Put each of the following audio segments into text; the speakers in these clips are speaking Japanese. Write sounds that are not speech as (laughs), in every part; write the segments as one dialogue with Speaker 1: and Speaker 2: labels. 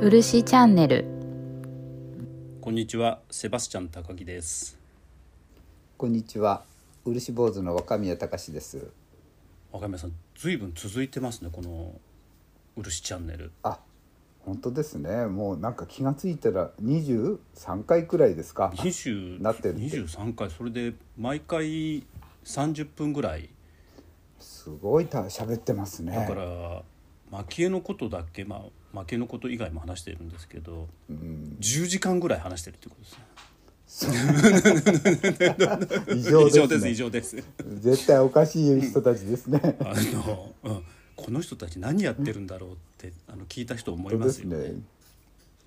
Speaker 1: 漆チャンネル
Speaker 2: こんにちは、セバスチャン高木です。
Speaker 3: こんにちは。漆坊主の若宮隆です。
Speaker 2: 若宮さん、ずいぶん続いてますね、この漆チャンネル。
Speaker 3: あ、本当ですね。もうなんか気がついたら23回くらいですか。
Speaker 2: 二十、
Speaker 3: なってるって
Speaker 2: 二十三回、それで毎回三十分ぐらい。
Speaker 3: すごいた喋ってますね。
Speaker 2: だから、蒔絵のことだけ、まあ、蒔絵のこと以外も話してるんですけど。十時間ぐらい話してるってことですね。
Speaker 3: 異常
Speaker 2: 以上
Speaker 3: で
Speaker 2: ですす、以
Speaker 3: ね。
Speaker 2: 上です。
Speaker 3: 絶対おかしい人たちですね。
Speaker 2: あの、うん、この人たち何やってるんだろうって、あの聞いた人 (laughs) 思い
Speaker 3: 本当
Speaker 2: ま
Speaker 3: ですす
Speaker 2: よね
Speaker 3: ね。。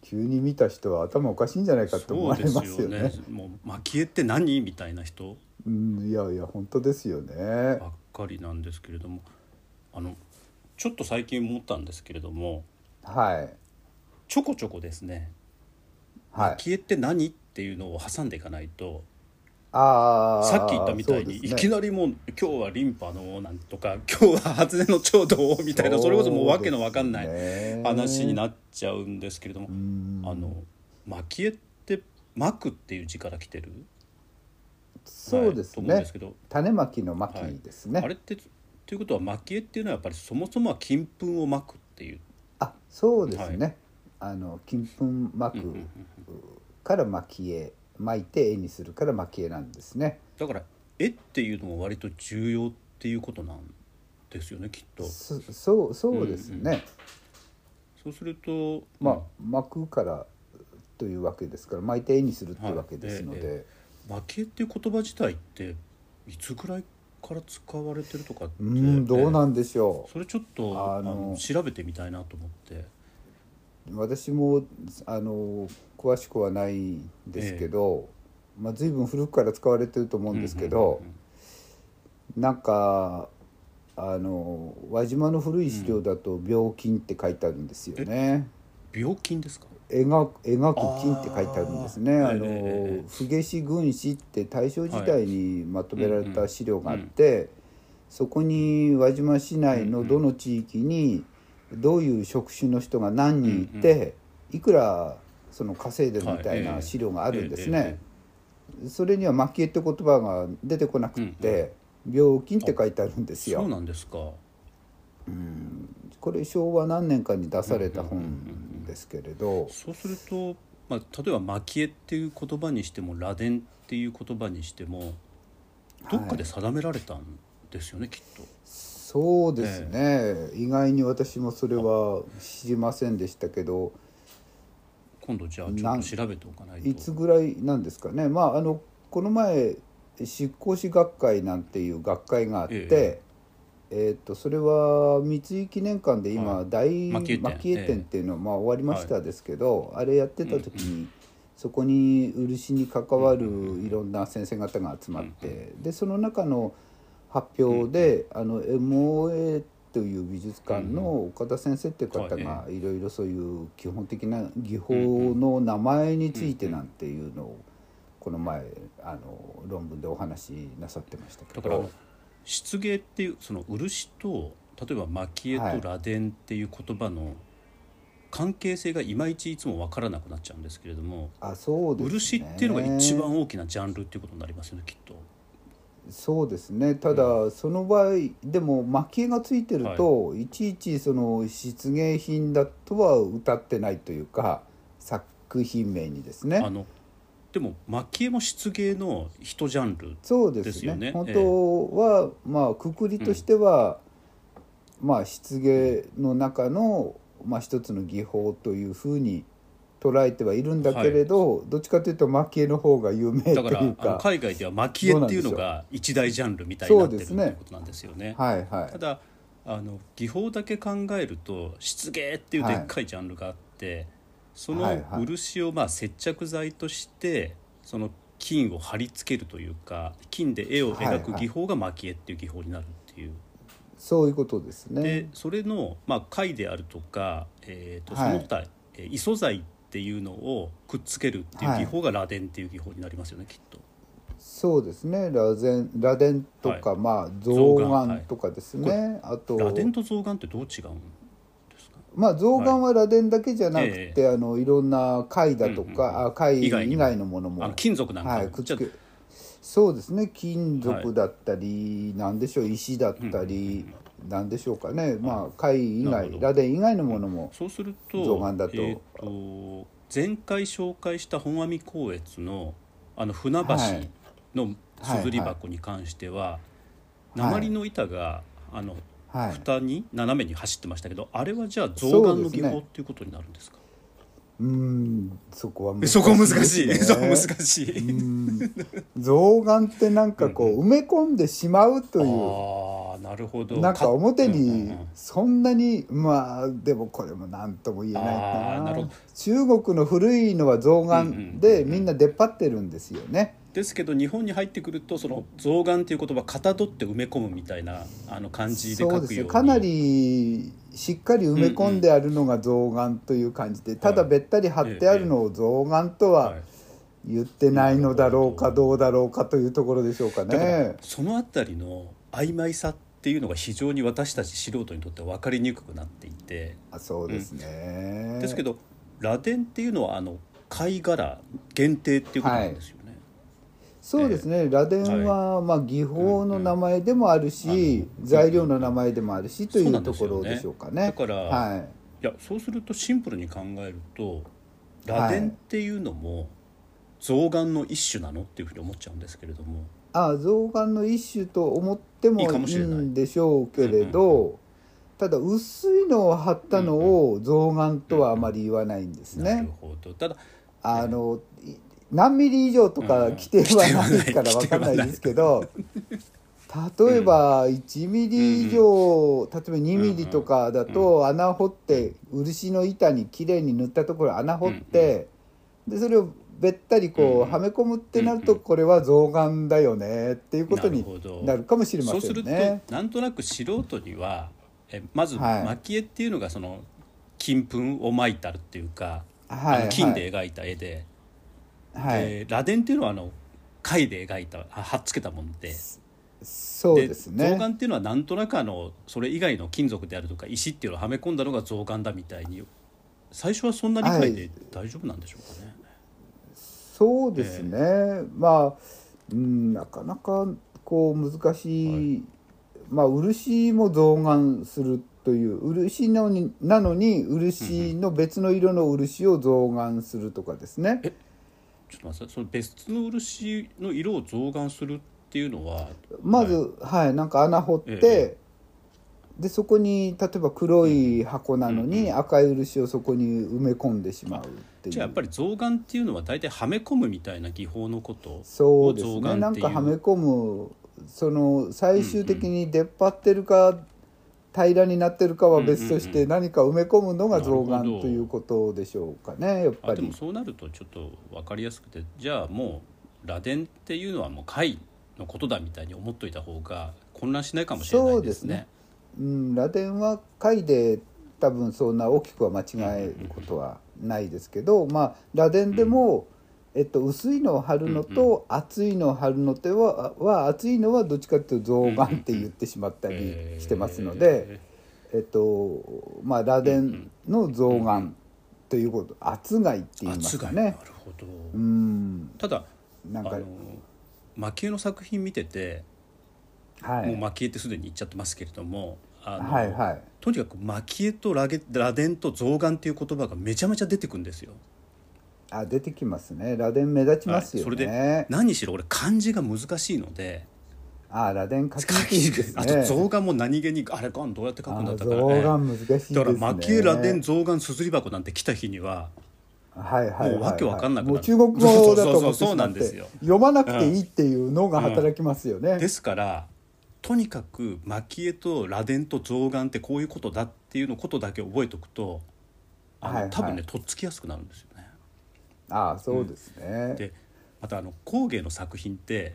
Speaker 3: 急に見た人は頭おかしいんじゃないかって思
Speaker 2: そう
Speaker 3: わ
Speaker 2: で
Speaker 3: れ
Speaker 2: す
Speaker 3: ますよ
Speaker 2: よ
Speaker 3: ね
Speaker 2: ね。。もう蒔絵って何みたいな人。
Speaker 3: うん、いやいや本当ですよね
Speaker 2: ば。っかりなんですけれどもあのちょっと最近思ったんですけれども
Speaker 3: はい
Speaker 2: ちょこちょこですね
Speaker 3: はい。
Speaker 2: 消えって何っていうのを挟んでいかないと
Speaker 3: ああ。
Speaker 2: さっき言ったみたいに、
Speaker 3: そうで
Speaker 2: い
Speaker 3: すね
Speaker 2: きなりもう今日はリンパのなんとか今日は発電の超どうみたいなそれこそもうわけのわかんな
Speaker 3: そう
Speaker 2: い
Speaker 3: ですね
Speaker 2: 話になっちゃうんですけれども、あの蒔絵って「まく」っていう字から来てる、
Speaker 3: そうです
Speaker 2: はいと思うん
Speaker 3: ね
Speaker 2: ですけど。
Speaker 3: 種まきのまき
Speaker 2: はい
Speaker 3: ですね。
Speaker 2: あれってということは蒔絵っていうのはやっぱりそもそもは金粉をまくっていう
Speaker 3: あ、そうですね。あの金粉ま
Speaker 2: うんうんうん
Speaker 3: くからまき絵、まいて絵にするからまき絵なんですね。
Speaker 2: だから絵っていうのは割と重要っていうことなんですよねきっとそ
Speaker 3: そそうそうですね。
Speaker 2: うすると
Speaker 3: まあまくからというわけですから、まいて絵にするっていうわけですの
Speaker 2: はいえ
Speaker 3: で、
Speaker 2: 負けっていう言葉自体っていつぐらいから使われてるとかって
Speaker 3: うーんどうなんんでしょ
Speaker 2: それちょっとあ
Speaker 3: あの
Speaker 2: の調べてみたいなと思って
Speaker 3: う。私もあの詳しくはないんですけど、まあ随分古くから使われてると思うんですけど。
Speaker 2: うんうん
Speaker 3: なんかあの輪島の古い資料だと「病菌」って書いてあるんですよね。
Speaker 2: うん病菌ですか
Speaker 3: 描く描く菌って書いてあるんですね。
Speaker 2: あー
Speaker 3: あ
Speaker 2: ええええ
Speaker 3: の不下氏軍師って大正時代にまとめられ
Speaker 2: うんう
Speaker 3: た
Speaker 2: ん
Speaker 3: 資料があって、そこに輪島市内のどの地域にどういう職種の人が何人いて、いくらその稼いでるみ
Speaker 2: は
Speaker 3: たい
Speaker 2: いええ
Speaker 3: な資料があるんです
Speaker 2: ええ
Speaker 3: ね。それには「蒔絵」って言葉が出てこなくって「病菌」って書いてあるんですよ
Speaker 2: そう。なんですか
Speaker 3: これ昭和何年かに出された本ですけれど
Speaker 2: そうすると、まあ、例えば「蒔絵」っていう言葉にしても「螺鈿」っていう言葉にしてもどっかで定められたんですよね、きっと。
Speaker 3: そうですね意外に私もそれは知りませんでしたけど
Speaker 2: 今度じゃあちょ
Speaker 3: な
Speaker 2: っ
Speaker 3: ん
Speaker 2: と調べておかないと
Speaker 3: いつぐらいなんですかねまああのこの前執行士学会なんていう学会があって、
Speaker 2: え
Speaker 3: えーとそれは三井記念館で今、
Speaker 2: はい
Speaker 3: 大
Speaker 2: 蒔絵展
Speaker 3: 蒔絵展っていうのはまあ終わりましたですけど、あれやってた時に、そこに漆に関わるいろんな先生方が集まって、でその中の発表で、あの MOA という美術館の岡田先生っていう方がいろいろそういう基本的な技法の名前についてなんていうのをこの前あの論文でお話しなさってましたけ
Speaker 2: だからあ
Speaker 3: ど
Speaker 2: の漆芸っていうその漆と例えば蒔絵
Speaker 3: は
Speaker 2: と
Speaker 3: い
Speaker 2: 螺鈿っていう言葉の関係性がいまいちいつも分からなくなっちゃうんですけれども、
Speaker 3: あそうです、ね、
Speaker 2: 漆っていうのが一番大きなジャンルっていうことになりますよねきっと。
Speaker 3: そうですねただ、その場合でも蒔絵がついてると、い、ちいちその漆芸品だとは歌ってないというか作品名にですね
Speaker 2: あのでも蒔絵も漆芸の一ジャンル
Speaker 3: そうで
Speaker 2: ですすよ
Speaker 3: ね
Speaker 2: ね
Speaker 3: 本
Speaker 2: ええ
Speaker 3: 当は、まあくくりとしては、まあ漆芸の中の、まあ、一つの技法というふうに捉えてはいるんだけれど、どっちかというと蒔絵の方が有名という
Speaker 2: だからあの
Speaker 3: か
Speaker 2: 海外では蒔絵っていうの
Speaker 3: そう
Speaker 2: が一大ジャンルみたいになってるって
Speaker 3: そうですね
Speaker 2: いうことなんですよね。
Speaker 3: はいはい
Speaker 2: ただあの技法だけ考えると漆芸っていうでっかいジャンルがあって、そ
Speaker 3: はい
Speaker 2: の
Speaker 3: はい
Speaker 2: 漆をまあ接着剤としてその金を貼り付けるというか金で絵を描く技法が蒔絵っていう技法になるっていう、
Speaker 3: そういうことです
Speaker 2: で
Speaker 3: ね
Speaker 2: それの、まあ、貝であるとか、えー、とそ
Speaker 3: はい
Speaker 2: の他、えー、異素材っていうのをくっつけるっていう技法が螺鈿っていう技法になりますよねきっと。
Speaker 3: そうですね螺鈿螺鈿とか、
Speaker 2: は
Speaker 3: まあ
Speaker 2: 象
Speaker 3: 象
Speaker 2: 眼
Speaker 3: 眼とかですね、あと
Speaker 2: 螺鈿と象眼ってどう違うんですか
Speaker 3: まあ、象眼は螺鈿だけじゃなくて、
Speaker 2: え
Speaker 3: あのいろんな貝だとか、あ貝以
Speaker 2: 以外にも
Speaker 3: 外のものも
Speaker 2: あの金属なんか、
Speaker 3: はい、くっ
Speaker 2: じ
Speaker 3: つ
Speaker 2: ゃ
Speaker 3: けそうですね金属だったり、なんでしょう石だったり、なんでしょうかね、まあ貝以
Speaker 2: なるほど
Speaker 3: 外螺鈿以外のものも、
Speaker 2: そうすると
Speaker 3: 象眼だと
Speaker 2: えーと前回紹介した本阿弥光悦のあの船橋のすずり箱に関しては、
Speaker 3: い
Speaker 2: 鉛の板が、あの
Speaker 3: はい、
Speaker 2: 蓋に斜めに走ってましたけどあれはじゃあ象眼
Speaker 3: そ
Speaker 2: の
Speaker 3: う
Speaker 2: 技
Speaker 3: ですね
Speaker 2: 法っていうことになるんですか
Speaker 3: うーんそこは難
Speaker 2: そこ難しい、
Speaker 3: です
Speaker 2: そこ
Speaker 3: ね
Speaker 2: 難しい、
Speaker 3: うん象眼ってなんかこう埋め込んでしまうという
Speaker 2: ああなるほど
Speaker 3: なんか表
Speaker 2: うんうん
Speaker 3: に
Speaker 2: うん
Speaker 3: そんなにまあでもこれも何とも言えない
Speaker 2: あ
Speaker 3: か
Speaker 2: ー
Speaker 3: な
Speaker 2: なるほど
Speaker 3: 中国の古いのは象
Speaker 2: うんうんうんう
Speaker 3: 眼
Speaker 2: ん
Speaker 3: でみんな出っ張ってるんですよね。
Speaker 2: ですけど日本に入ってくるとその象眼っていう言葉かたどって埋め込むみたいなあの漢字で書くよ
Speaker 3: そう
Speaker 2: う
Speaker 3: で
Speaker 2: に
Speaker 3: すねかなりしっかり埋め込んであるのが象眼という感じで、ただべったり貼ってあるのを象眼と
Speaker 2: は
Speaker 3: はい言ってないのだろうかどうだろうかというところでしょうか
Speaker 2: だから
Speaker 3: ね。
Speaker 2: そのあたりの曖昧さっていうのが非常に私たち素人にとっては分かりにくくなっていて
Speaker 3: あそうですね、
Speaker 2: ですけど螺鈿っていうのはあの貝殻限定っていうことなんですよね。
Speaker 3: そうですね螺鈿は、まあ、技法の名前でもあるし、材料の名前でもあるしとい
Speaker 2: そうな
Speaker 3: うん
Speaker 2: で
Speaker 3: と
Speaker 2: す
Speaker 3: こ
Speaker 2: よね
Speaker 3: ろでしょうかね。
Speaker 2: だから
Speaker 3: はい
Speaker 2: いやそうするとシンプルに考えると螺鈿っていうのも象眼の一種なのっていうふうに思っちゃうんですけれども
Speaker 3: あ象眼の一種と思っても
Speaker 2: いいかも
Speaker 3: い
Speaker 2: し
Speaker 3: い
Speaker 2: れない
Speaker 3: んでしょうけれどただ薄いのを貼ったのを象眼とはあまり言わないんです
Speaker 2: なる
Speaker 3: ね。
Speaker 2: ほどただ
Speaker 3: あのい何ミリ以上とか
Speaker 2: うん
Speaker 3: 規定はないですから
Speaker 2: 規
Speaker 3: 分
Speaker 2: 定
Speaker 3: か
Speaker 2: は
Speaker 3: ん
Speaker 2: ない
Speaker 3: ないですけど例えば1ミリ以上例えば2ミリとかだと穴掘って漆の板にきれいに塗ったところ穴掘ってでそれをべったりこうはめ込むってなるとこれは象眼だよねっていうこと
Speaker 2: な
Speaker 3: に
Speaker 2: るほど
Speaker 3: なるかもしれま
Speaker 2: そう
Speaker 3: せ
Speaker 2: す
Speaker 3: ん
Speaker 2: ると
Speaker 3: ね。
Speaker 2: なんとなく素人にはえまず
Speaker 3: はい
Speaker 2: 蒔絵っていうのがその金粉をまいたるっていうか、
Speaker 3: はい
Speaker 2: あの金で描いた絵で。
Speaker 3: はい、
Speaker 2: で螺鈿っていうのはあの貝で描いたあ貼っつけたもんで
Speaker 3: そうです
Speaker 2: 象
Speaker 3: ね。
Speaker 2: 眼っていうのはなんとなくあのそれ以外の金属であるとか石っていうのをはめ込んだのが象眼だみたいに最初はそんな理解で大丈夫なんでしょうかね。
Speaker 3: そうですね、まあ、うん、なかなかこう難しい、まあ漆も増顔するという漆のになのに漆の別の色の漆を増顔するとかですね、
Speaker 2: ちょっと待ってその別の漆の色を象眼するっていうのは
Speaker 3: まずはい、なんか穴掘って、
Speaker 2: ええ
Speaker 3: でそこに例えば黒い箱なのに赤い漆をそこに埋め込んでしまうっていう。
Speaker 2: じゃあやっぱり象眼っていうのは大体はめ込むみたいな技法のことを
Speaker 3: そうです
Speaker 2: 象
Speaker 3: ね
Speaker 2: 眼
Speaker 3: な
Speaker 2: っ
Speaker 3: ん
Speaker 2: てい
Speaker 3: か
Speaker 2: う
Speaker 3: はめ込むその最終的に出っ張ってるか、平らになってるかは別として、何か埋め込むのが象
Speaker 2: なるほ
Speaker 3: 眼
Speaker 2: ど
Speaker 3: ということでしょうかねやっぱ
Speaker 2: あでも
Speaker 3: り
Speaker 2: そうなるとちょっと分かりやすくてじゃあもう螺鈿っていうのはもう貝のことだみたいに思っといた方が混乱しないかもしれないですね。
Speaker 3: うん螺鈿は貝で多分そんな大きくは間違えることはないですけど、まあ螺鈿でも、えっと、薄いのを貼るのと、厚いのを貼るのとはは厚いのはどっちかっていうと象眼って言ってしまったりしてますので。
Speaker 2: え
Speaker 3: えっとまあ、螺鈿の象眼ということ、厚貝っ
Speaker 2: ー
Speaker 3: て言います
Speaker 2: 厚
Speaker 3: か
Speaker 2: 貝なる
Speaker 3: ね。
Speaker 2: ほど、
Speaker 3: うん、
Speaker 2: ただ
Speaker 3: なんか
Speaker 2: あの蒔絵の作品見てて、
Speaker 3: は
Speaker 2: もう
Speaker 3: い、
Speaker 2: 蒔絵ってすでに言っちゃってますけれどもあの、
Speaker 3: はいはい。
Speaker 2: とにかく蒔絵と螺げ螺鈿と象眼っていう言葉がめちゃめちゃ出てくるんですよ。
Speaker 3: あ、出てきますね。螺鈿目立ちますよ
Speaker 2: はいそれで
Speaker 3: ね。
Speaker 2: 何しろ俺漢字が難しいので。
Speaker 3: あ、螺鈿書き
Speaker 2: 書
Speaker 3: にく
Speaker 2: き
Speaker 3: い
Speaker 2: に
Speaker 3: で
Speaker 2: くい
Speaker 3: す
Speaker 2: あと象
Speaker 3: ね。
Speaker 2: 眼も何気にあれガンどうやって書くんだ
Speaker 3: あ
Speaker 2: ったから、
Speaker 3: 象
Speaker 2: ね、
Speaker 3: 眼難しいですね。
Speaker 2: だから蒔絵螺鈿象眼すずり箱なんて来た日には
Speaker 3: はいはいはいはい。
Speaker 2: もうわけわかんなくなる
Speaker 3: もう中国語だと思っ
Speaker 2: そ
Speaker 3: て
Speaker 2: うそうそうそう
Speaker 3: し
Speaker 2: な
Speaker 3: ま
Speaker 2: ん
Speaker 3: っ
Speaker 2: です
Speaker 3: て
Speaker 2: よ、
Speaker 3: 読まなくていいっていうのが働きますよね。
Speaker 2: ですからとにかく蒔絵と螺鈿と象眼ってこういうことだっていうのことだけ覚えておくとあの、
Speaker 3: はいはい
Speaker 2: 多分ねとっつきやすくなるんですよね。
Speaker 3: あ、そうですね。
Speaker 2: でまたあの工芸の作品って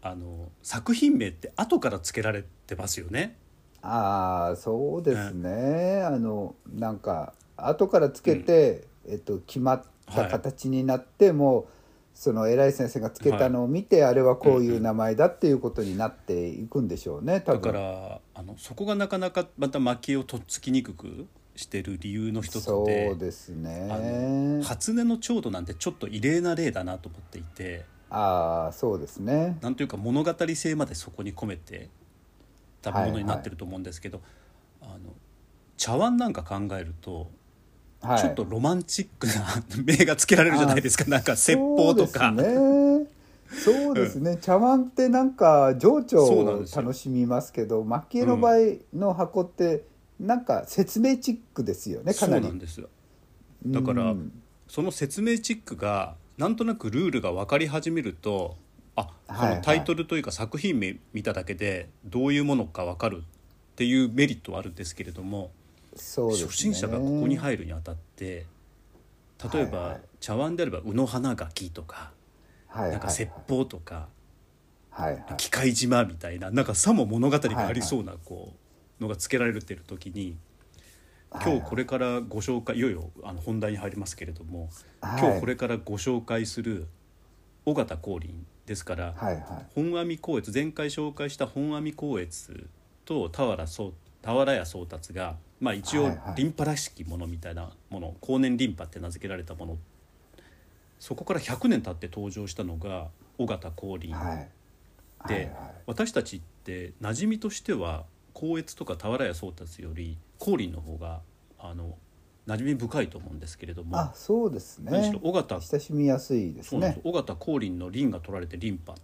Speaker 2: あの作品名って後からつけられてますよね。
Speaker 3: ああそうですね、あのなんか後からつけて、えっと、決まった形になって、もうその偉い先生がつけたのを見て、あれはこういう名前だっていうことになっていくんでしょうね多
Speaker 2: だか
Speaker 3: 分
Speaker 2: らあのそこがなかなかまた蒔絵をとっつきにくくしてる理由の一つ
Speaker 3: そう
Speaker 2: で
Speaker 3: です
Speaker 2: あ
Speaker 3: ね
Speaker 2: の初音の長度なんてちょっと異例な例だなと思っていて
Speaker 3: ああそうですね
Speaker 2: なんというか物語性までそこに込めてたものになってると思うんですけど、あの茶碗なんか考えると、
Speaker 3: はい
Speaker 2: ちょっとロマンチックな名が付けられるじゃないですかなんか説法とか。
Speaker 3: そうですねそうですね、茶碗ってなんか情緒
Speaker 2: そうなん
Speaker 3: を
Speaker 2: ですよ
Speaker 3: 楽しみますけど蒔絵の場合の箱ってなんか説明チックですよねかなり
Speaker 2: そうなんですよだから
Speaker 3: うん
Speaker 2: その説明チックがなんとなくルールが分かり始めるとあ
Speaker 3: はい
Speaker 2: そのタイトルというか作品名見ただけでどういうものか分かるっていうメリットはあるんですけれども、
Speaker 3: そうですね
Speaker 2: 初心者がここに入るにあたって例えば、
Speaker 3: はいはい
Speaker 2: 茶碗であれば「宇の花垣」とか「
Speaker 3: はい
Speaker 2: なんか説法」とか
Speaker 3: はいはい
Speaker 2: 「機械島」みたいななんかさも物語がありそうなこうのが付けられてる時に。
Speaker 3: はい
Speaker 2: 今日これからご紹介いよいよあの本題に入りますけれども、
Speaker 3: はい
Speaker 2: 今日これからご紹介する尾形光琳ですから、
Speaker 3: はいはい
Speaker 2: 本阿弥光悦前回紹介した本阿弥光悦と俵宗俵屋宗達が、まあ、一
Speaker 3: は
Speaker 2: 応
Speaker 3: いはい
Speaker 2: リンパらしきものみたいなもの、後年リンパって名付けられたものそこから100年経って登場したのが尾形光琳、
Speaker 3: はい
Speaker 2: で、
Speaker 3: はいはい
Speaker 2: 私たちって馴染みとしては光悦とか俵屋宗達より光琳の方があの馴染み深いと思うんですけれども
Speaker 3: あそうですね
Speaker 2: 何しろ尾形
Speaker 3: 親しみやすいです
Speaker 2: そうなんですよ
Speaker 3: ね
Speaker 2: 尾形光琳の琳が取られて琳派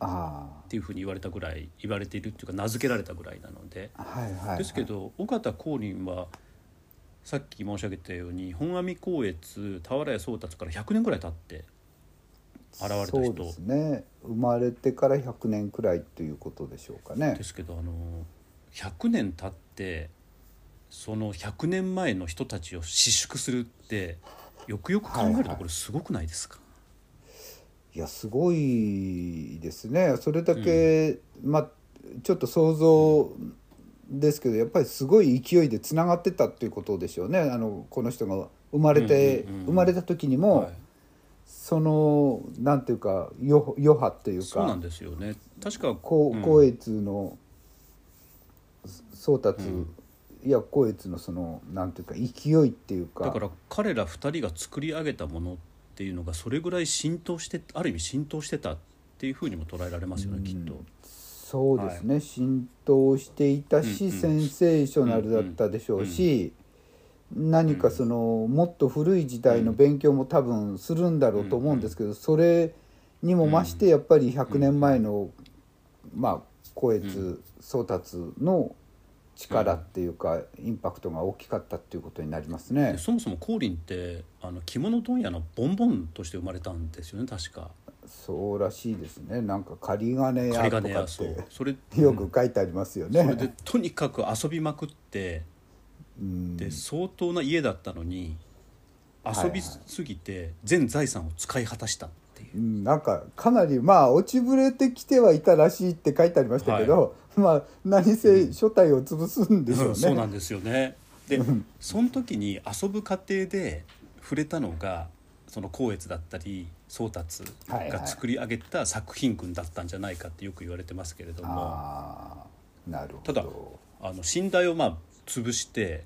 Speaker 3: あ
Speaker 2: っていうふうに言われたぐらい言われているっていうか名付けられたぐらいなので
Speaker 3: あはいはいはい
Speaker 2: ですけど尾形光琳はさっき申し上げたように本阿弥光悦俵屋宗達から100年ぐらい経って現れた人
Speaker 3: そうですね生まれてから100年くらいということでしょうかね
Speaker 2: ですけどあの100年経ってその100年前の人たちを私縮するってよくよく考える
Speaker 3: はいは
Speaker 2: と
Speaker 3: い
Speaker 2: これすごくないですか、
Speaker 3: いやすごいですねそれだけ、まあちょっと想像ですけどやっぱりすごい勢いでつながってたっていうことでしょうねあのこの人が生まれて、
Speaker 2: うんうんうん
Speaker 3: 生まれた時にも、
Speaker 2: はい
Speaker 3: そのなんていうか余余波っていう
Speaker 2: そうな
Speaker 3: か
Speaker 2: んですよね確か
Speaker 3: こう
Speaker 2: うん
Speaker 3: 光悦の宗達、いや光悦のそのなんていうか勢いっていうか
Speaker 2: だから彼ら2人が作り上げたものっていうのがそれぐらい浸透してある意味浸透してたっていうふうにも捉えられますよね、きっと。
Speaker 3: そうですね、浸透していたし、
Speaker 2: うんうん
Speaker 3: センセーショナルだったでしょうし、何かそのもっと古い時代の勉強も多分するんだろうと思うんですけど、それにもましてやっぱり100年前の、まあ光悦宗達の力っていうか、インパクトが大きかったっていうことになりますね
Speaker 2: で。そもそも光琳ってあの着物問屋のボンボンとして生まれたんですよね確か。
Speaker 3: そうらしいですねなんか針
Speaker 2: 針
Speaker 3: 金屋と
Speaker 2: 金
Speaker 3: か
Speaker 2: や
Speaker 3: っ
Speaker 2: そう
Speaker 3: て
Speaker 2: それ
Speaker 3: よく書いてありますよね。
Speaker 2: それでとにかく遊びまくって
Speaker 3: うん
Speaker 2: で相当な家だったのに
Speaker 3: はい
Speaker 2: 遊びすぎて全財産を使い果たしたっていう
Speaker 3: う、んなんかかなりまあ落ちぶれてきてはいたらしいって書いてありましたけど、まあ何せ初体を潰すんでしょうね。
Speaker 2: うんそうなんですよねでその時に遊ぶ過程で触れたのがその光悦だったり宗達
Speaker 3: はいは
Speaker 2: が
Speaker 3: い
Speaker 2: 作り上げた作品群だったんじゃないかってよく言われてますけれども、
Speaker 3: ああなるほ
Speaker 2: た
Speaker 3: ど。
Speaker 2: だあの信頼をまあ潰して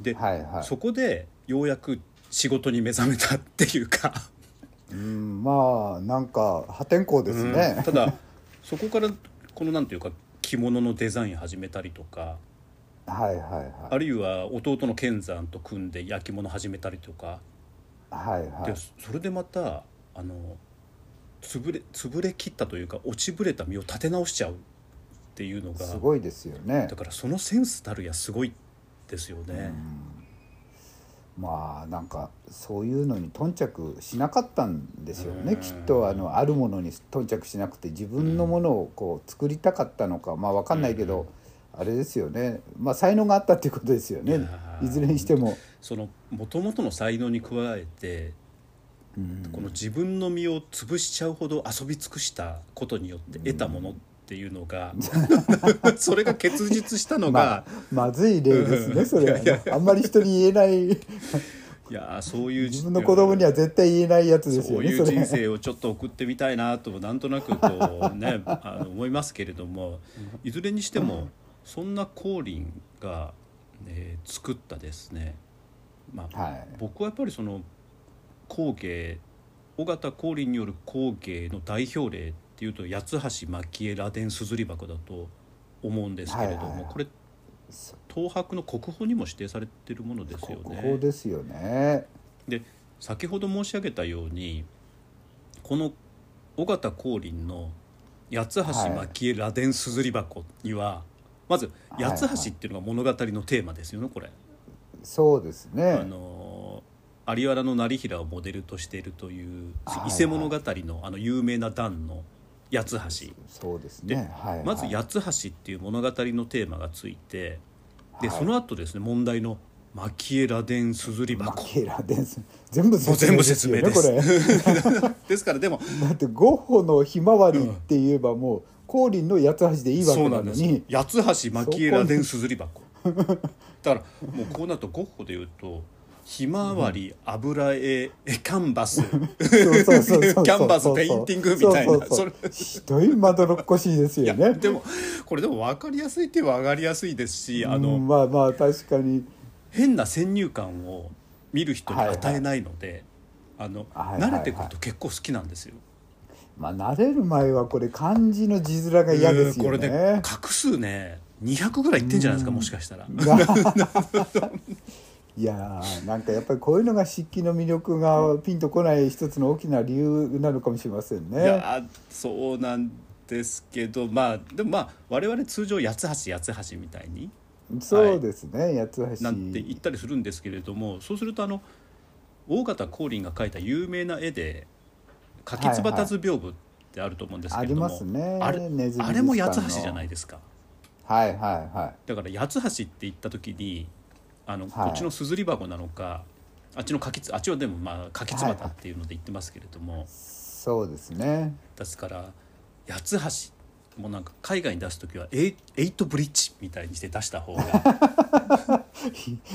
Speaker 2: で、
Speaker 3: はいはい
Speaker 2: そこでようやく仕事に目覚めたっていうか。
Speaker 3: うんまあなんか破天荒です
Speaker 2: うん
Speaker 3: ね。
Speaker 2: ただそこからこのなんていうか着物のデザイン始めたりとか
Speaker 3: はいはいは
Speaker 2: あ
Speaker 3: い
Speaker 2: るいは弟の健山と組んで焼き物始めたりとか、
Speaker 3: はいはい
Speaker 2: で。それでまたあの潰れ潰れ切ったというか落ちぶれた身を立て直しちゃうっていうのが
Speaker 3: すごいですよね
Speaker 2: だ。からそのセンスたるやすごいですよね。
Speaker 3: まあなんかそういうのに頓着しなかったんでしょう
Speaker 2: う
Speaker 3: ね、
Speaker 2: ん
Speaker 3: きっとあのあるものに頓着しなくて自分のものをこう作りたかったのかまあわかんないけど、あれですよねまあ才能があったっていうことですよ
Speaker 2: い
Speaker 3: ね
Speaker 2: やー
Speaker 3: いずれにしても。
Speaker 2: その元々の才能に加えて
Speaker 3: うん
Speaker 2: この自分の身を潰しちゃうほど遊び尽くしたことによって得たものっていうのが、 (laughs) それが結実したのが、
Speaker 3: (laughs) まあ、まずい例ですね、それはね
Speaker 2: いや
Speaker 3: あんまり人に言えない
Speaker 2: (laughs) いやーそういう
Speaker 3: 自分の子供には絶対言えないやつです
Speaker 2: そ
Speaker 3: よ
Speaker 2: う
Speaker 3: ね
Speaker 2: いう
Speaker 3: それ
Speaker 2: 人生をちょっと送ってみたいなとなんとなくこうね (laughs) あの思いますけれどもいずれにしてもそんな光琳がえー作ったですね、まあ、
Speaker 3: はい
Speaker 2: 僕はやっぱりその工芸尾形光琳による工芸の代表例っていうと八橋蒔絵螺鈿硯箱だと思うんですけれども、
Speaker 3: はいはいはい
Speaker 2: これ
Speaker 3: そ
Speaker 2: 東博の国宝にも指定されてるものですよ
Speaker 3: 国
Speaker 2: ね。
Speaker 3: 宝ですよね。
Speaker 2: で先ほど申し上げたようにこの尾形光琳の「八橋蒔絵螺鈿硯箱」には、まず
Speaker 3: はいはい
Speaker 2: 八橋っていうのが物語のテーマですよねこれ。
Speaker 3: そうです
Speaker 2: あ
Speaker 3: ね。
Speaker 2: の有原の成平をモデルとしているという
Speaker 3: はいはい
Speaker 2: 伊勢物語のあの有名な段の八橋。
Speaker 3: そうです
Speaker 2: で
Speaker 3: ね。はい、
Speaker 2: まず
Speaker 3: はい
Speaker 2: 八橋っていう物語のテーマがついてで
Speaker 3: はい
Speaker 2: その後ですね問題の蒔絵螺鈿硯
Speaker 3: マ
Speaker 2: 箱。
Speaker 3: ケラです。全部
Speaker 2: もう全部説明です
Speaker 3: よねこれ。
Speaker 2: (laughs) ですからでも
Speaker 3: だってゴッホのひまわりって言えばもう光琳の八橋でいいわ
Speaker 2: そ
Speaker 3: け
Speaker 2: うな
Speaker 3: なんの
Speaker 2: ですよ
Speaker 3: に。
Speaker 2: 八橋蒔絵螺鈿硯
Speaker 3: (laughs)
Speaker 2: 箱だからもうこうなるとゴッホで言うとひまわり油
Speaker 3: (laughs)
Speaker 2: 絵えキャンバス
Speaker 3: そうそうそうそうそう
Speaker 2: キャンバスペインティングみたいな
Speaker 3: そうそうそうひどいまどろっこしいです
Speaker 2: いや
Speaker 3: よね。
Speaker 2: でもこれでも分かりやすいって分かりやすいですしあ
Speaker 3: う
Speaker 2: の
Speaker 3: んまあまあ確かに。
Speaker 2: 変な先入観を見る人に与えないのであの
Speaker 3: はいはい
Speaker 2: 慣れてくると結構好きなんですよ。
Speaker 3: まあ慣れる前はこれ漢字の字面が嫌です
Speaker 2: こ
Speaker 3: よ
Speaker 2: れで
Speaker 3: ね。
Speaker 2: 画数ね200ぐらいいってんじゃないですかもしかしたら。
Speaker 3: いやーなんかやっぱりこういうのが漆器の魅力がピンとこない一つの大きな理由なのかもしれません
Speaker 2: い
Speaker 3: ね。
Speaker 2: やそうなんですけどまあでもまあ我々通常八つ橋八つ橋みたいに
Speaker 3: そうですね、八つ橋
Speaker 2: なんて言ったりするんですけれどもそうするとあの大方光琳が描いた有名な絵で「柿つばたず屏風」ってあると思うんですけ
Speaker 3: あ
Speaker 2: れ
Speaker 3: り
Speaker 2: ども、
Speaker 3: ますね。
Speaker 2: あれ
Speaker 3: ネズミ
Speaker 2: あれも八つ
Speaker 3: 美術
Speaker 2: 橋じゃ
Speaker 3: 館の
Speaker 2: ないですか
Speaker 3: はいはいは
Speaker 2: だから八つ橋って言った時にあの、
Speaker 3: はい
Speaker 2: こっちのすずり箱なのかあっちの柿つあっちはでもまあ柿つばたっていうので言ってますけれども。
Speaker 3: い。そうですね。 (laughs)
Speaker 2: ですから八つ橋もなんか海外に出す時はエイエイトブリッジみたいにして出した方が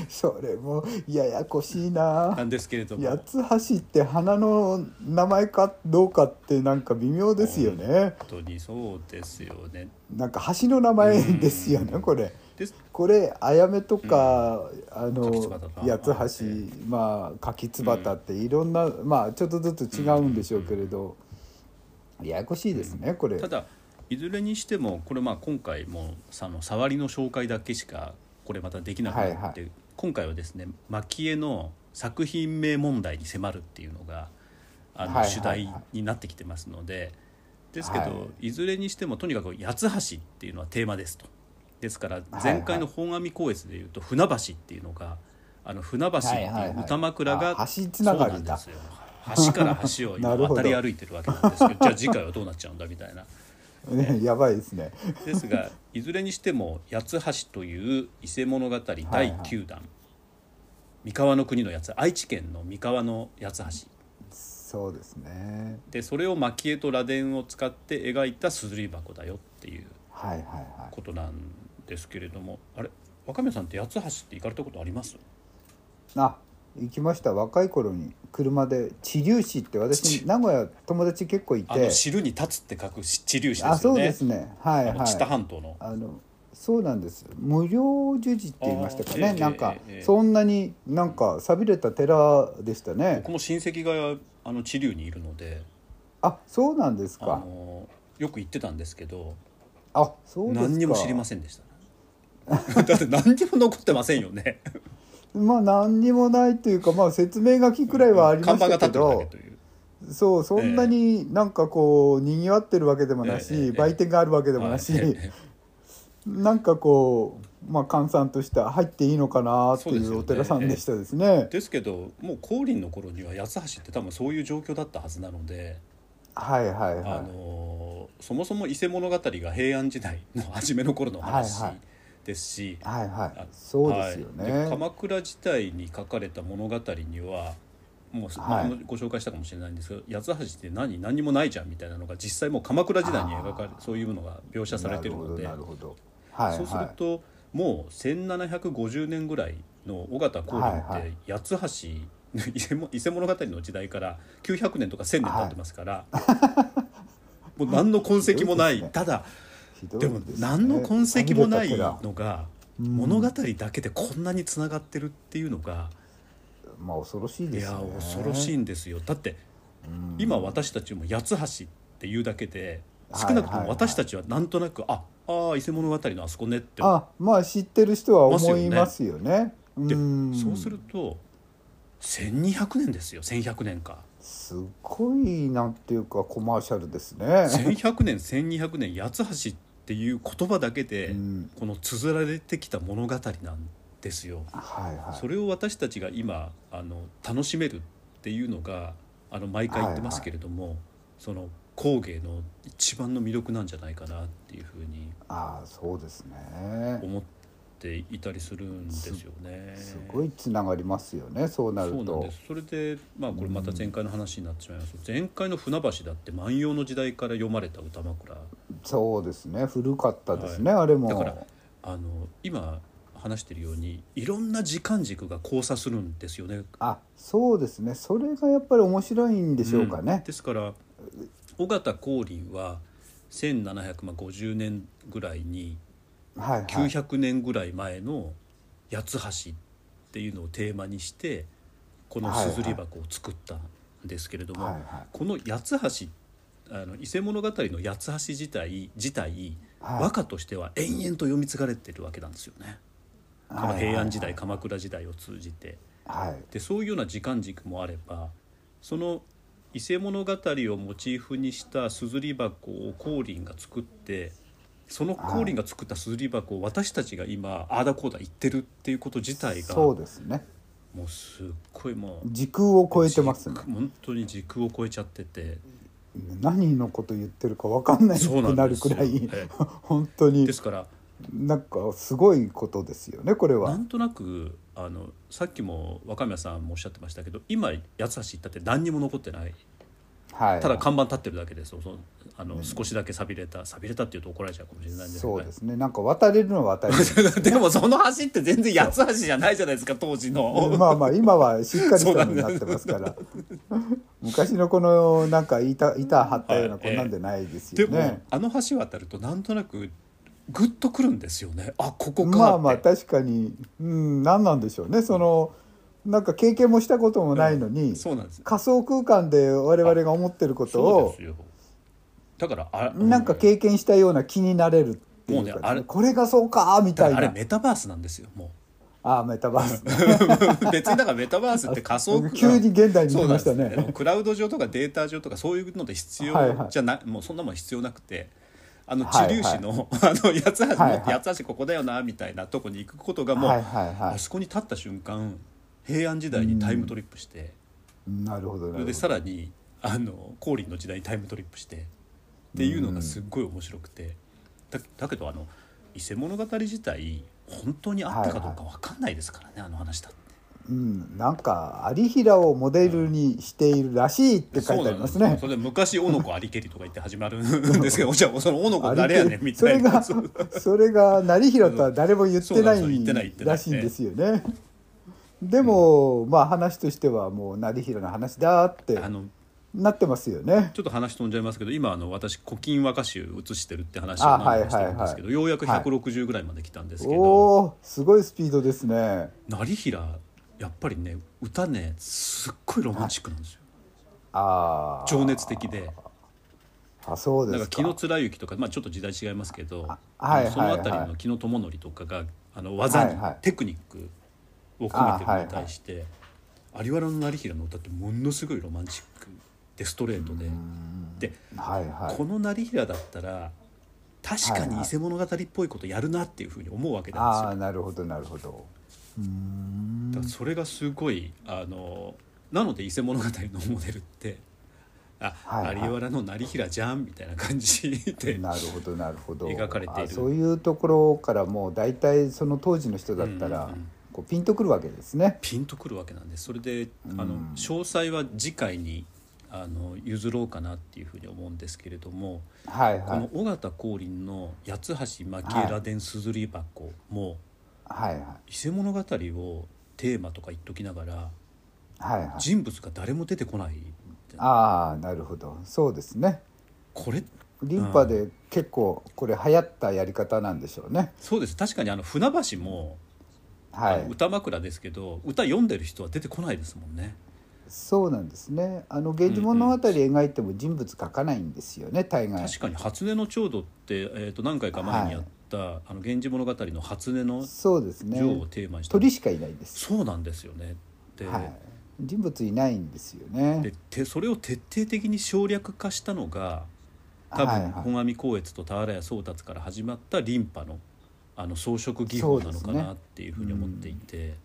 Speaker 3: それもややこしいな
Speaker 2: な。んですけれども
Speaker 3: 八つ橋って花の名前かどうかってなんか微妙ですよね。
Speaker 2: 本当にそうですよね。
Speaker 3: なんか橋の名前ですよね、これ。
Speaker 2: です
Speaker 3: これあやめとか、あ
Speaker 2: 柿つばた
Speaker 3: の
Speaker 2: とか
Speaker 3: 八つ橋まあ柿つばたっていろんな、まあちょっとずつ違うんでしょうけれど、ややこしいですね、これ
Speaker 2: ただいずれにしてもこれまあ今回もその触りの紹介だけしかこれまたできなくなって、
Speaker 3: はいは
Speaker 2: 今回はですね蒔絵の作品名問題に迫るっていうのがあの、
Speaker 3: はいはいはい
Speaker 2: 主題になってきてますのでですけど、、
Speaker 3: はい
Speaker 2: ずれにしてもとにかく八つ橋っていうのはテーマですと。ですから
Speaker 3: はい
Speaker 2: 前回の本阿弥光悦でいうと船橋っていうのがあの船橋って
Speaker 3: はいいはいはいう
Speaker 2: 歌枕が
Speaker 3: あ橋つながりだ
Speaker 2: そうなんですよ橋から橋を今
Speaker 3: なるほど
Speaker 2: 渡り歩いてるわけなんですけどじゃあ次回はどうなっちゃうんだみたいな。
Speaker 3: ね (laughs) やばいですね。
Speaker 2: ですがいずれにしても「八つ橋」という伊勢物語第9
Speaker 3: はい
Speaker 2: 弾、
Speaker 3: はい
Speaker 2: 三河の国の八つ愛知県の三河の八つ橋
Speaker 3: そうですね。
Speaker 2: でそれを蒔絵と螺鈿を使って描いた硯箱だよっていう
Speaker 3: はいはいはい。
Speaker 2: ことなんですけれどもあれ若宮さんって八つ橋って行かれたことあります
Speaker 3: あ行きました若い頃に車で知立市って私
Speaker 2: 知
Speaker 3: 名古屋友達結構いて
Speaker 2: あの汁に立つって書く知粒子ですよね
Speaker 3: あそうですねはい
Speaker 2: あの知多
Speaker 3: はい
Speaker 2: 半島の
Speaker 3: あのそうなんです無料授事って言いましたか
Speaker 2: あ
Speaker 3: ね
Speaker 2: ーええ
Speaker 3: なんか
Speaker 2: ええええ
Speaker 3: そんなになんか寂れた寺でしたね
Speaker 2: 僕も親戚があの知粒にいるので
Speaker 3: あそうなんです
Speaker 2: あ
Speaker 3: か
Speaker 2: のよく行ってたんですけど
Speaker 3: あそうですか
Speaker 2: 何にも知りませんでした。 (laughs) だって何にも残ってませんよね。
Speaker 3: まあ何にもないというかまあ説明書きくらいはありま
Speaker 2: 看板が
Speaker 3: した
Speaker 2: 立
Speaker 3: け
Speaker 2: ってるだけ
Speaker 3: ど
Speaker 2: という。
Speaker 3: そうそんなになんかこう賑わってるわけでもない
Speaker 2: ええええ
Speaker 3: し売店があるわけでもないし
Speaker 2: はい (laughs) え
Speaker 3: なんかこう、まあ、閑散とした入っていいのかなって
Speaker 2: そうで
Speaker 3: い
Speaker 2: す
Speaker 3: う
Speaker 2: よね
Speaker 3: お寺さんでしたですね
Speaker 2: え。ですけど、もう降臨の頃には八橋って多分そういう状況だったはずなので、
Speaker 3: はいはい
Speaker 2: あ
Speaker 3: は
Speaker 2: のーそもそも伊勢物語が平安時代の初めの頃の話
Speaker 3: はいはい
Speaker 2: ですし、
Speaker 3: い。はいは
Speaker 2: あ
Speaker 3: い。そうですよね。
Speaker 2: はいで鎌倉時代に書かれた物語にはもう、
Speaker 3: はい
Speaker 2: まあご紹介したかもしれないんですけど「八つ橋って何何にもないじゃん」みたいなのが実際もう鎌倉時代に描かれ
Speaker 3: あー
Speaker 2: そういうのが描写されてるので
Speaker 3: なるほど。なる
Speaker 2: そ
Speaker 3: ほ
Speaker 2: う
Speaker 3: ど
Speaker 2: す
Speaker 3: はい
Speaker 2: る
Speaker 3: はい。
Speaker 2: ともう1750年ぐらいの尾形光琳
Speaker 3: は
Speaker 2: っ
Speaker 3: いは
Speaker 2: て八つ橋、伊勢も伊勢物語の時代から900年とか1000年経ってますから、もう何の痕跡もない
Speaker 3: ひどいですね
Speaker 2: ただ
Speaker 3: ひどい
Speaker 2: でも何の痕跡もない
Speaker 3: 寂れた寺
Speaker 2: のが物語だけでこんなにつながってるっていうのが、
Speaker 3: まあ恐ろしい
Speaker 2: い
Speaker 3: です
Speaker 2: や
Speaker 3: よね。
Speaker 2: 恐ろしいんですよだって
Speaker 3: うん
Speaker 2: 今私たちも八つ橋っていうだけで
Speaker 3: はい
Speaker 2: 少なくとも私たちはなんとなく、ああ伊勢物語のあそこねって
Speaker 3: あまあ知ってる人は思いますよね。
Speaker 2: で
Speaker 3: うん
Speaker 2: そうすると1200年ですよ1100年か
Speaker 3: すごいなんていうかコマーシャルですね。
Speaker 2: 1100年1200年八つ橋っていう言葉だけで、
Speaker 3: うん
Speaker 2: この綴られてきた物語なんですよ。
Speaker 3: はいはい。
Speaker 2: それを私たちが今あの楽しめるっていうのがあの毎回言ってますけれども、その工芸の一番の魅力なんじゃないかなっていうふうに
Speaker 3: ああそうですね。
Speaker 2: 思っていたりするんですよね。
Speaker 3: すごいつながりますよね。そうなる
Speaker 2: そうなん
Speaker 3: と
Speaker 2: で。すそれでまあこれまた前回の話になってしまいます、前回の「船橋」だって万葉の時代から読まれた歌枕
Speaker 3: そうですね。古かったですね、あれも。
Speaker 2: だからあの今話してるようにいろんな時間軸が交差するんですよね
Speaker 3: あそうですね。それがやっぱり面白いんでしょうか
Speaker 2: うん
Speaker 3: ね。
Speaker 2: ですから尾形光琳は1750年ぐらいに
Speaker 3: はいはい。
Speaker 2: 900年ぐらい前の八つ橋っていうのをテーマにしてこのすずり箱を作ったんですけれども、
Speaker 3: はいはい
Speaker 2: この八つ橋あの伊勢物語の八つ橋自体自体、
Speaker 3: はい
Speaker 2: 和歌としては延々と読み継がれてるわけなんですよね。この平安時代鎌倉時代を通じて。
Speaker 3: はい。
Speaker 2: でそういうような時間軸もあればその伊勢物語をモチーフにしたすずり箱を光琳が作ってその光琳が作ったすずり箱を私たちが今ああだこうだ言ってるっていうこと自体が
Speaker 3: そうですね。
Speaker 2: もうすっごいもう
Speaker 3: 時空を超えてますね。
Speaker 2: 本当に時空を超えちゃってて
Speaker 3: 何のこと言ってるかわかんないく
Speaker 2: そうなん
Speaker 3: な
Speaker 2: で
Speaker 3: る
Speaker 2: す
Speaker 3: く
Speaker 2: よ
Speaker 3: らい
Speaker 2: え
Speaker 3: (laughs) 本当に
Speaker 2: ですから
Speaker 3: なんかすごいことですよねこれ
Speaker 2: な
Speaker 3: は
Speaker 2: んとなくあのさっきも若宮さんもおっしゃってましたけど今八つ橋行ったって何にも残ってない
Speaker 3: はい
Speaker 2: ただ看板立ってるだけですよそのあの、少しだけ錆びれた錆びれたっていうと怒られちゃうかもしれないんで
Speaker 3: そうですねなんか渡れるのは渡れる
Speaker 2: でも (laughs) その橋って全然八つ橋じゃないじゃないですか当時
Speaker 3: (laughs)
Speaker 2: の、
Speaker 3: まあまあ今はしっかりした
Speaker 2: そうな
Speaker 3: の
Speaker 2: ん
Speaker 3: に
Speaker 2: です
Speaker 3: なってますから
Speaker 2: (laughs)
Speaker 3: 昔のこのなんか板板張ったような
Speaker 2: はい
Speaker 3: こんなんじゃないです
Speaker 2: で
Speaker 3: よ
Speaker 2: も、
Speaker 3: ね、
Speaker 2: あの橋渡るとなんとなくグッとくるんですよねあここかって
Speaker 3: まあまあ確かにうん何なんでしょうねそのなんか経験もしたこともないのに、
Speaker 2: そうなんです
Speaker 3: 仮想空間で我々が思ってること
Speaker 2: そう
Speaker 3: を
Speaker 2: ですよだからあ
Speaker 3: なんか経験したような気になれるってい
Speaker 2: も
Speaker 3: う
Speaker 2: うね
Speaker 3: か
Speaker 2: あれ
Speaker 3: これがそうかみ
Speaker 2: だ
Speaker 3: た
Speaker 2: か
Speaker 3: い
Speaker 2: ら
Speaker 3: な
Speaker 2: あれメタバースなんですよも
Speaker 3: ああメタバース、
Speaker 2: う (laughs) 別にだからメタバースって仮想空間
Speaker 3: 急に現代に
Speaker 2: そ
Speaker 3: な
Speaker 2: うな
Speaker 3: り
Speaker 2: ん
Speaker 3: ま
Speaker 2: で
Speaker 3: し
Speaker 2: す
Speaker 3: た
Speaker 2: ね
Speaker 3: ね。
Speaker 2: クラウド上とかデータ上とかそういうので必要
Speaker 3: はいはい
Speaker 2: じゃない、もうそんなもん必要なくてあの
Speaker 3: はい
Speaker 2: 知
Speaker 3: はい
Speaker 2: 立市の (laughs) あの八つ橋
Speaker 3: はいはい
Speaker 2: 八つ橋ここだよなみたいなとこに行くことがもう、
Speaker 3: はいはいは
Speaker 2: あそこに立った瞬間平安時代にタイムトリップして、
Speaker 3: い。なるほど
Speaker 2: そ
Speaker 3: な
Speaker 2: れ
Speaker 3: る
Speaker 2: で
Speaker 3: ほ
Speaker 2: さ
Speaker 3: ど。
Speaker 2: らにあの光琳の時代にタイムトリップしてっていうのがすっごい面白くてだだけどあの伊勢物語自体本当にあったかどうかわかんないですからね、あの話だって。
Speaker 3: うん、なんか有平をモデルにしているらしいって書いてあります
Speaker 2: そうなんでよ
Speaker 3: ね
Speaker 2: そ。れで昔小野子ありけりとか言って始まるんですけ
Speaker 3: (laughs)
Speaker 2: ど、じゃあその小野子誰やねんみ
Speaker 3: そ
Speaker 2: た
Speaker 3: れ
Speaker 2: いな。
Speaker 3: が
Speaker 2: そう
Speaker 3: それが成平とは誰も言ってな
Speaker 2: そうなんですよ言ってない言っ
Speaker 3: い
Speaker 2: てない
Speaker 3: らしいんですよね。でも、まあ話としてはもう成平の話だって
Speaker 2: (laughs) あの
Speaker 3: なってますよね。
Speaker 2: ちょっと話飛んじゃいますけど、今あの私古今和歌集写してるって話を何度もしてるんですけど、
Speaker 3: あはいはいはい
Speaker 2: ようやく160ぐらいまで来たんですけど、
Speaker 3: おおすごいスピードですね。
Speaker 2: 成平やっぱりね歌ねすっごいロマンチックなんですよ。
Speaker 3: ああ
Speaker 2: 情熱的で。
Speaker 3: あそう
Speaker 2: だ
Speaker 3: で
Speaker 2: から
Speaker 3: す
Speaker 2: 紀
Speaker 3: か。
Speaker 2: 野貫之とか、まあ、ちょっと時代違いますけど、
Speaker 3: はいはいはい
Speaker 2: その辺りの紀野智則とかがあの技に、
Speaker 3: はいはい
Speaker 2: テクニックを込めてるのに対して有原の成平の歌ってものすごいロマンチックでストレートでで、
Speaker 3: はいはい。
Speaker 2: この成平だったら確か
Speaker 3: はい
Speaker 2: に
Speaker 3: は
Speaker 2: 伊
Speaker 3: い
Speaker 2: 勢物語っぽいことやるなっていうふうに思うわけなんですよ。
Speaker 3: ああなるほどなるほどうーん
Speaker 2: だからそれがすごいあのなので伊勢物語のモデルってあ、
Speaker 3: はいはい
Speaker 2: 有原の成平じゃんみたいな感じで。
Speaker 3: なるほどなるほど
Speaker 2: 描かれている
Speaker 3: あそういうところからもう大体その当時の人だったら、
Speaker 2: うんうんうん
Speaker 3: こうピンとくるわけですね
Speaker 2: ピンとくるわけなんですそれであ
Speaker 3: ん
Speaker 2: の詳細は次回にあの譲ろうかなっていうふうに思うんですけれども、
Speaker 3: はいは
Speaker 2: この
Speaker 3: い
Speaker 2: 尾形光琳の「八つ橋蒔絵螺鈿すずり箱」も
Speaker 3: はいはい
Speaker 2: 伊勢物語をテーマとか言っときながら
Speaker 3: はいはい
Speaker 2: 人物が誰も出てこないみたいな
Speaker 3: ああなるほどそうですね
Speaker 2: これ
Speaker 3: リンパで結構これ流行ったやり方なんでしょうね。
Speaker 2: そうです確かにあの船橋も、
Speaker 3: は
Speaker 2: あの
Speaker 3: い、
Speaker 2: 歌枕ですけど歌読んでる人は出てこないですもんね
Speaker 3: そうなんですね。あの源氏物語描いても人物描かないんですよね。大概。
Speaker 2: 確かに「初音のちょうど」って、えー、と何回か前にやった「あの源氏物語」の「初音の
Speaker 3: そうですね。
Speaker 2: 女王」をテーマにした、
Speaker 3: 鳥しかいないです。
Speaker 2: そうなんですよねで,、
Speaker 3: はい。人物いないんですよね
Speaker 2: で。てそれを徹底的に省略化したのが多
Speaker 3: はい
Speaker 2: 分
Speaker 3: はい
Speaker 2: 本阿弥光悦と田原屋宗達から始まったリンパのあの装飾技法なのか
Speaker 3: そうです
Speaker 2: な
Speaker 3: ね
Speaker 2: っていうふうに思っていて。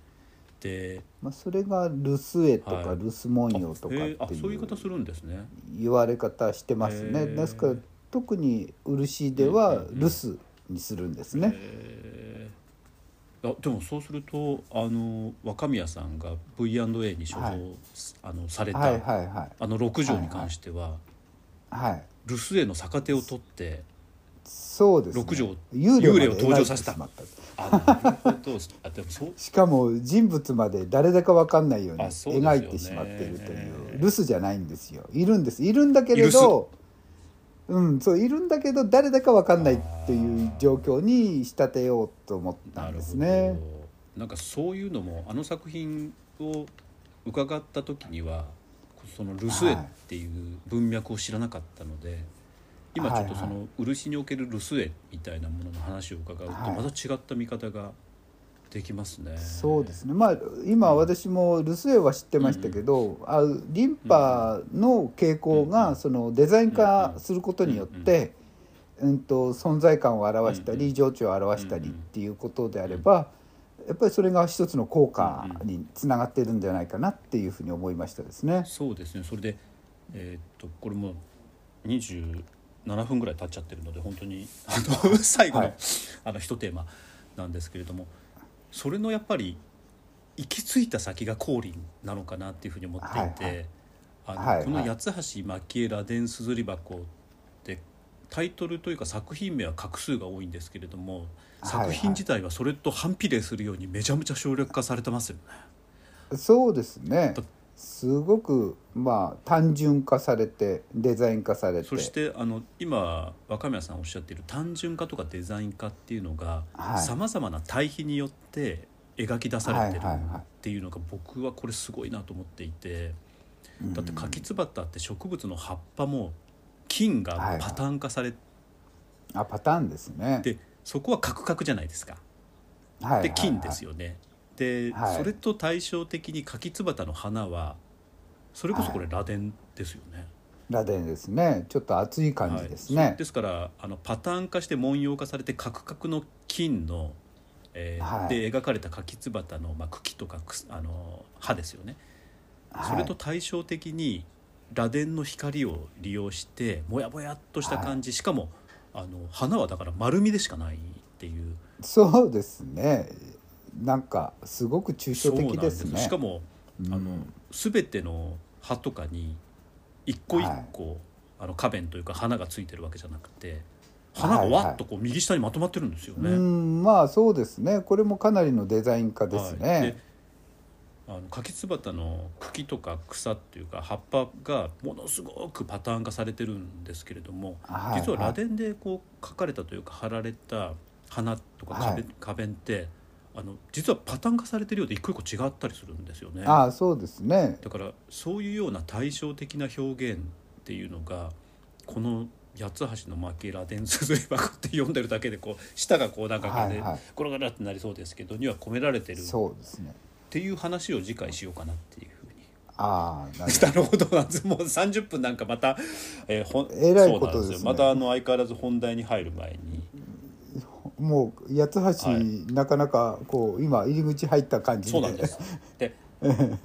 Speaker 2: で
Speaker 3: まあそれがルスエとか
Speaker 2: はい
Speaker 3: ルスモン
Speaker 2: あ
Speaker 3: ヨとかってい
Speaker 2: へーあそういうう言い方するんですね。
Speaker 3: 言われ方してます
Speaker 2: へ
Speaker 3: ね。
Speaker 2: ー
Speaker 3: ですから特に漆で
Speaker 2: うん
Speaker 3: は
Speaker 2: うんうん
Speaker 3: ルスにするんですね。
Speaker 2: えーあでもそうするとあの若宮さんが V&A に所蔵、
Speaker 3: はい
Speaker 2: あのされた、
Speaker 3: はいはいはい
Speaker 2: あの6条に関しては、
Speaker 3: はい。
Speaker 2: 留守への逆手を取って
Speaker 3: そうです、ね。
Speaker 2: 六条
Speaker 3: 幽霊まで
Speaker 2: 幽霊を登場させた
Speaker 3: 描いてしまった
Speaker 2: あなるほど (laughs) あでもそう
Speaker 3: しかも人物まで誰だか分かんないように
Speaker 2: あそうですよね
Speaker 3: 描いてしまっているという留守じゃないんですよいるんですいるんだけれ
Speaker 2: いる
Speaker 3: どうんそういるんだけど誰だか分かんないという状況に仕立てようと思った
Speaker 2: なんる
Speaker 3: です
Speaker 2: ほ
Speaker 3: ね。
Speaker 2: どなんかそういうのもあの作品を伺った時にはその留守絵っていう文脈を知らなかったので、今ちょっとそ
Speaker 3: はい
Speaker 2: の漆における留守絵みたいなものの話を伺うと
Speaker 3: はい
Speaker 2: また違った見方ができますね。
Speaker 3: そうですねまあ今私も留守絵は知ってましたけど、あリンパの傾向
Speaker 2: うんうん
Speaker 3: がそのデザイン化することによって、うん、と存在感を表した
Speaker 2: うんう
Speaker 3: り情緒を表したり
Speaker 2: う
Speaker 3: っ
Speaker 2: んうん
Speaker 3: ていうことであればやっぱりそれが一つの効果につながっているんじゃないかなっていうふうに思いましたですね。
Speaker 2: そうですねそれで、えーっとこれもう27分ぐらい経っちゃってるので本当にあ
Speaker 3: (laughs)
Speaker 2: の最後の,、
Speaker 3: はい
Speaker 2: あの一テーマなんですけれどもそれのやっぱり行き着いた先が降臨なのかなっていうふうに思っていて、
Speaker 3: はいは
Speaker 2: あの
Speaker 3: はいはい
Speaker 2: この「八橋蒔絵螺鈿すずり箱」ってタイトルというか作品名は画数が多いんですけれども
Speaker 3: はいはい
Speaker 2: 作品自体はそれと反比例するようにめちゃめちゃ省略化されてますよね。
Speaker 3: そうですね
Speaker 2: だ
Speaker 3: すごくまあ単純化されてデザイン化されて
Speaker 2: そしてあの今若宮さんおっしゃっている単純化とかデザイン化っていうのが
Speaker 3: はい
Speaker 2: さまざまな対比によって描き出されてる
Speaker 3: はいはいはい
Speaker 2: っていうのが僕はこれすごいなと思っていてだってカキツバタって植物の葉っぱも菌がパターン化され
Speaker 3: あパターンですね。
Speaker 2: てそこはカクカクじゃないですか。
Speaker 3: はい
Speaker 2: で金ですよね。で、
Speaker 3: はい
Speaker 2: それと対照的にカキツバタの花はそれこそこれ螺鈿ですよね。
Speaker 3: ラデンですねちょっと熱い感じです
Speaker 2: はい
Speaker 3: ね
Speaker 2: で。すからあのパターン化して文様化されてカクカクの金の、えー
Speaker 3: はい
Speaker 2: で描かれた柿つばたの、まあ、茎とかくすあの葉ですよね、
Speaker 3: はい
Speaker 2: それと対照的に螺鈿の光を利用してもやもやっとした感じ、しかもあの花はだから丸みでしかないっていう
Speaker 3: そうですねなんかすごく抽象的で
Speaker 2: そ
Speaker 3: す
Speaker 2: うなん
Speaker 3: ね。
Speaker 2: しかも、あの
Speaker 3: うん
Speaker 2: 全ての葉とかに一個一個、あの花弁というか花がついてるわけじゃなくて花がわっとこう右下にまとまってるんですよね。
Speaker 3: うんまあそうですねこれもかなりのデザイン化で
Speaker 2: は
Speaker 3: す
Speaker 2: い
Speaker 3: ね。
Speaker 2: であのカキツバタの茎とか草っていうか葉っぱがものすごくパターン化されてるんですけれども、
Speaker 3: はい
Speaker 2: 実は螺鈿でこう書かれたというか貼られた花とか花弁,、
Speaker 3: は
Speaker 2: 花弁ってあの実はパターン化されてるようで一個一個違ったりするんですよね。
Speaker 3: ああそうですね
Speaker 2: だからそういうような対照的な表現っていうのがこの八つ橋の負けら伝説り箱って読んでるだけでこう舌がこうなんかこうね、
Speaker 3: はいはい
Speaker 2: ゴロゴロってなりそうですけどには (laughs) 込められてるっ
Speaker 3: そうですね
Speaker 2: ていう話を次回しようかなっていうふうに。
Speaker 3: ああなるほ
Speaker 2: なるほどなんですもう30分なんかまた、えー、ほん
Speaker 3: えらいことですね
Speaker 2: そうなんよまたあの相変わらず本題に入る前に
Speaker 3: どもう八つ橋、
Speaker 2: はい
Speaker 3: なかなかこう今入り口入った感じ
Speaker 2: そうなんで。
Speaker 3: です
Speaker 2: で、あの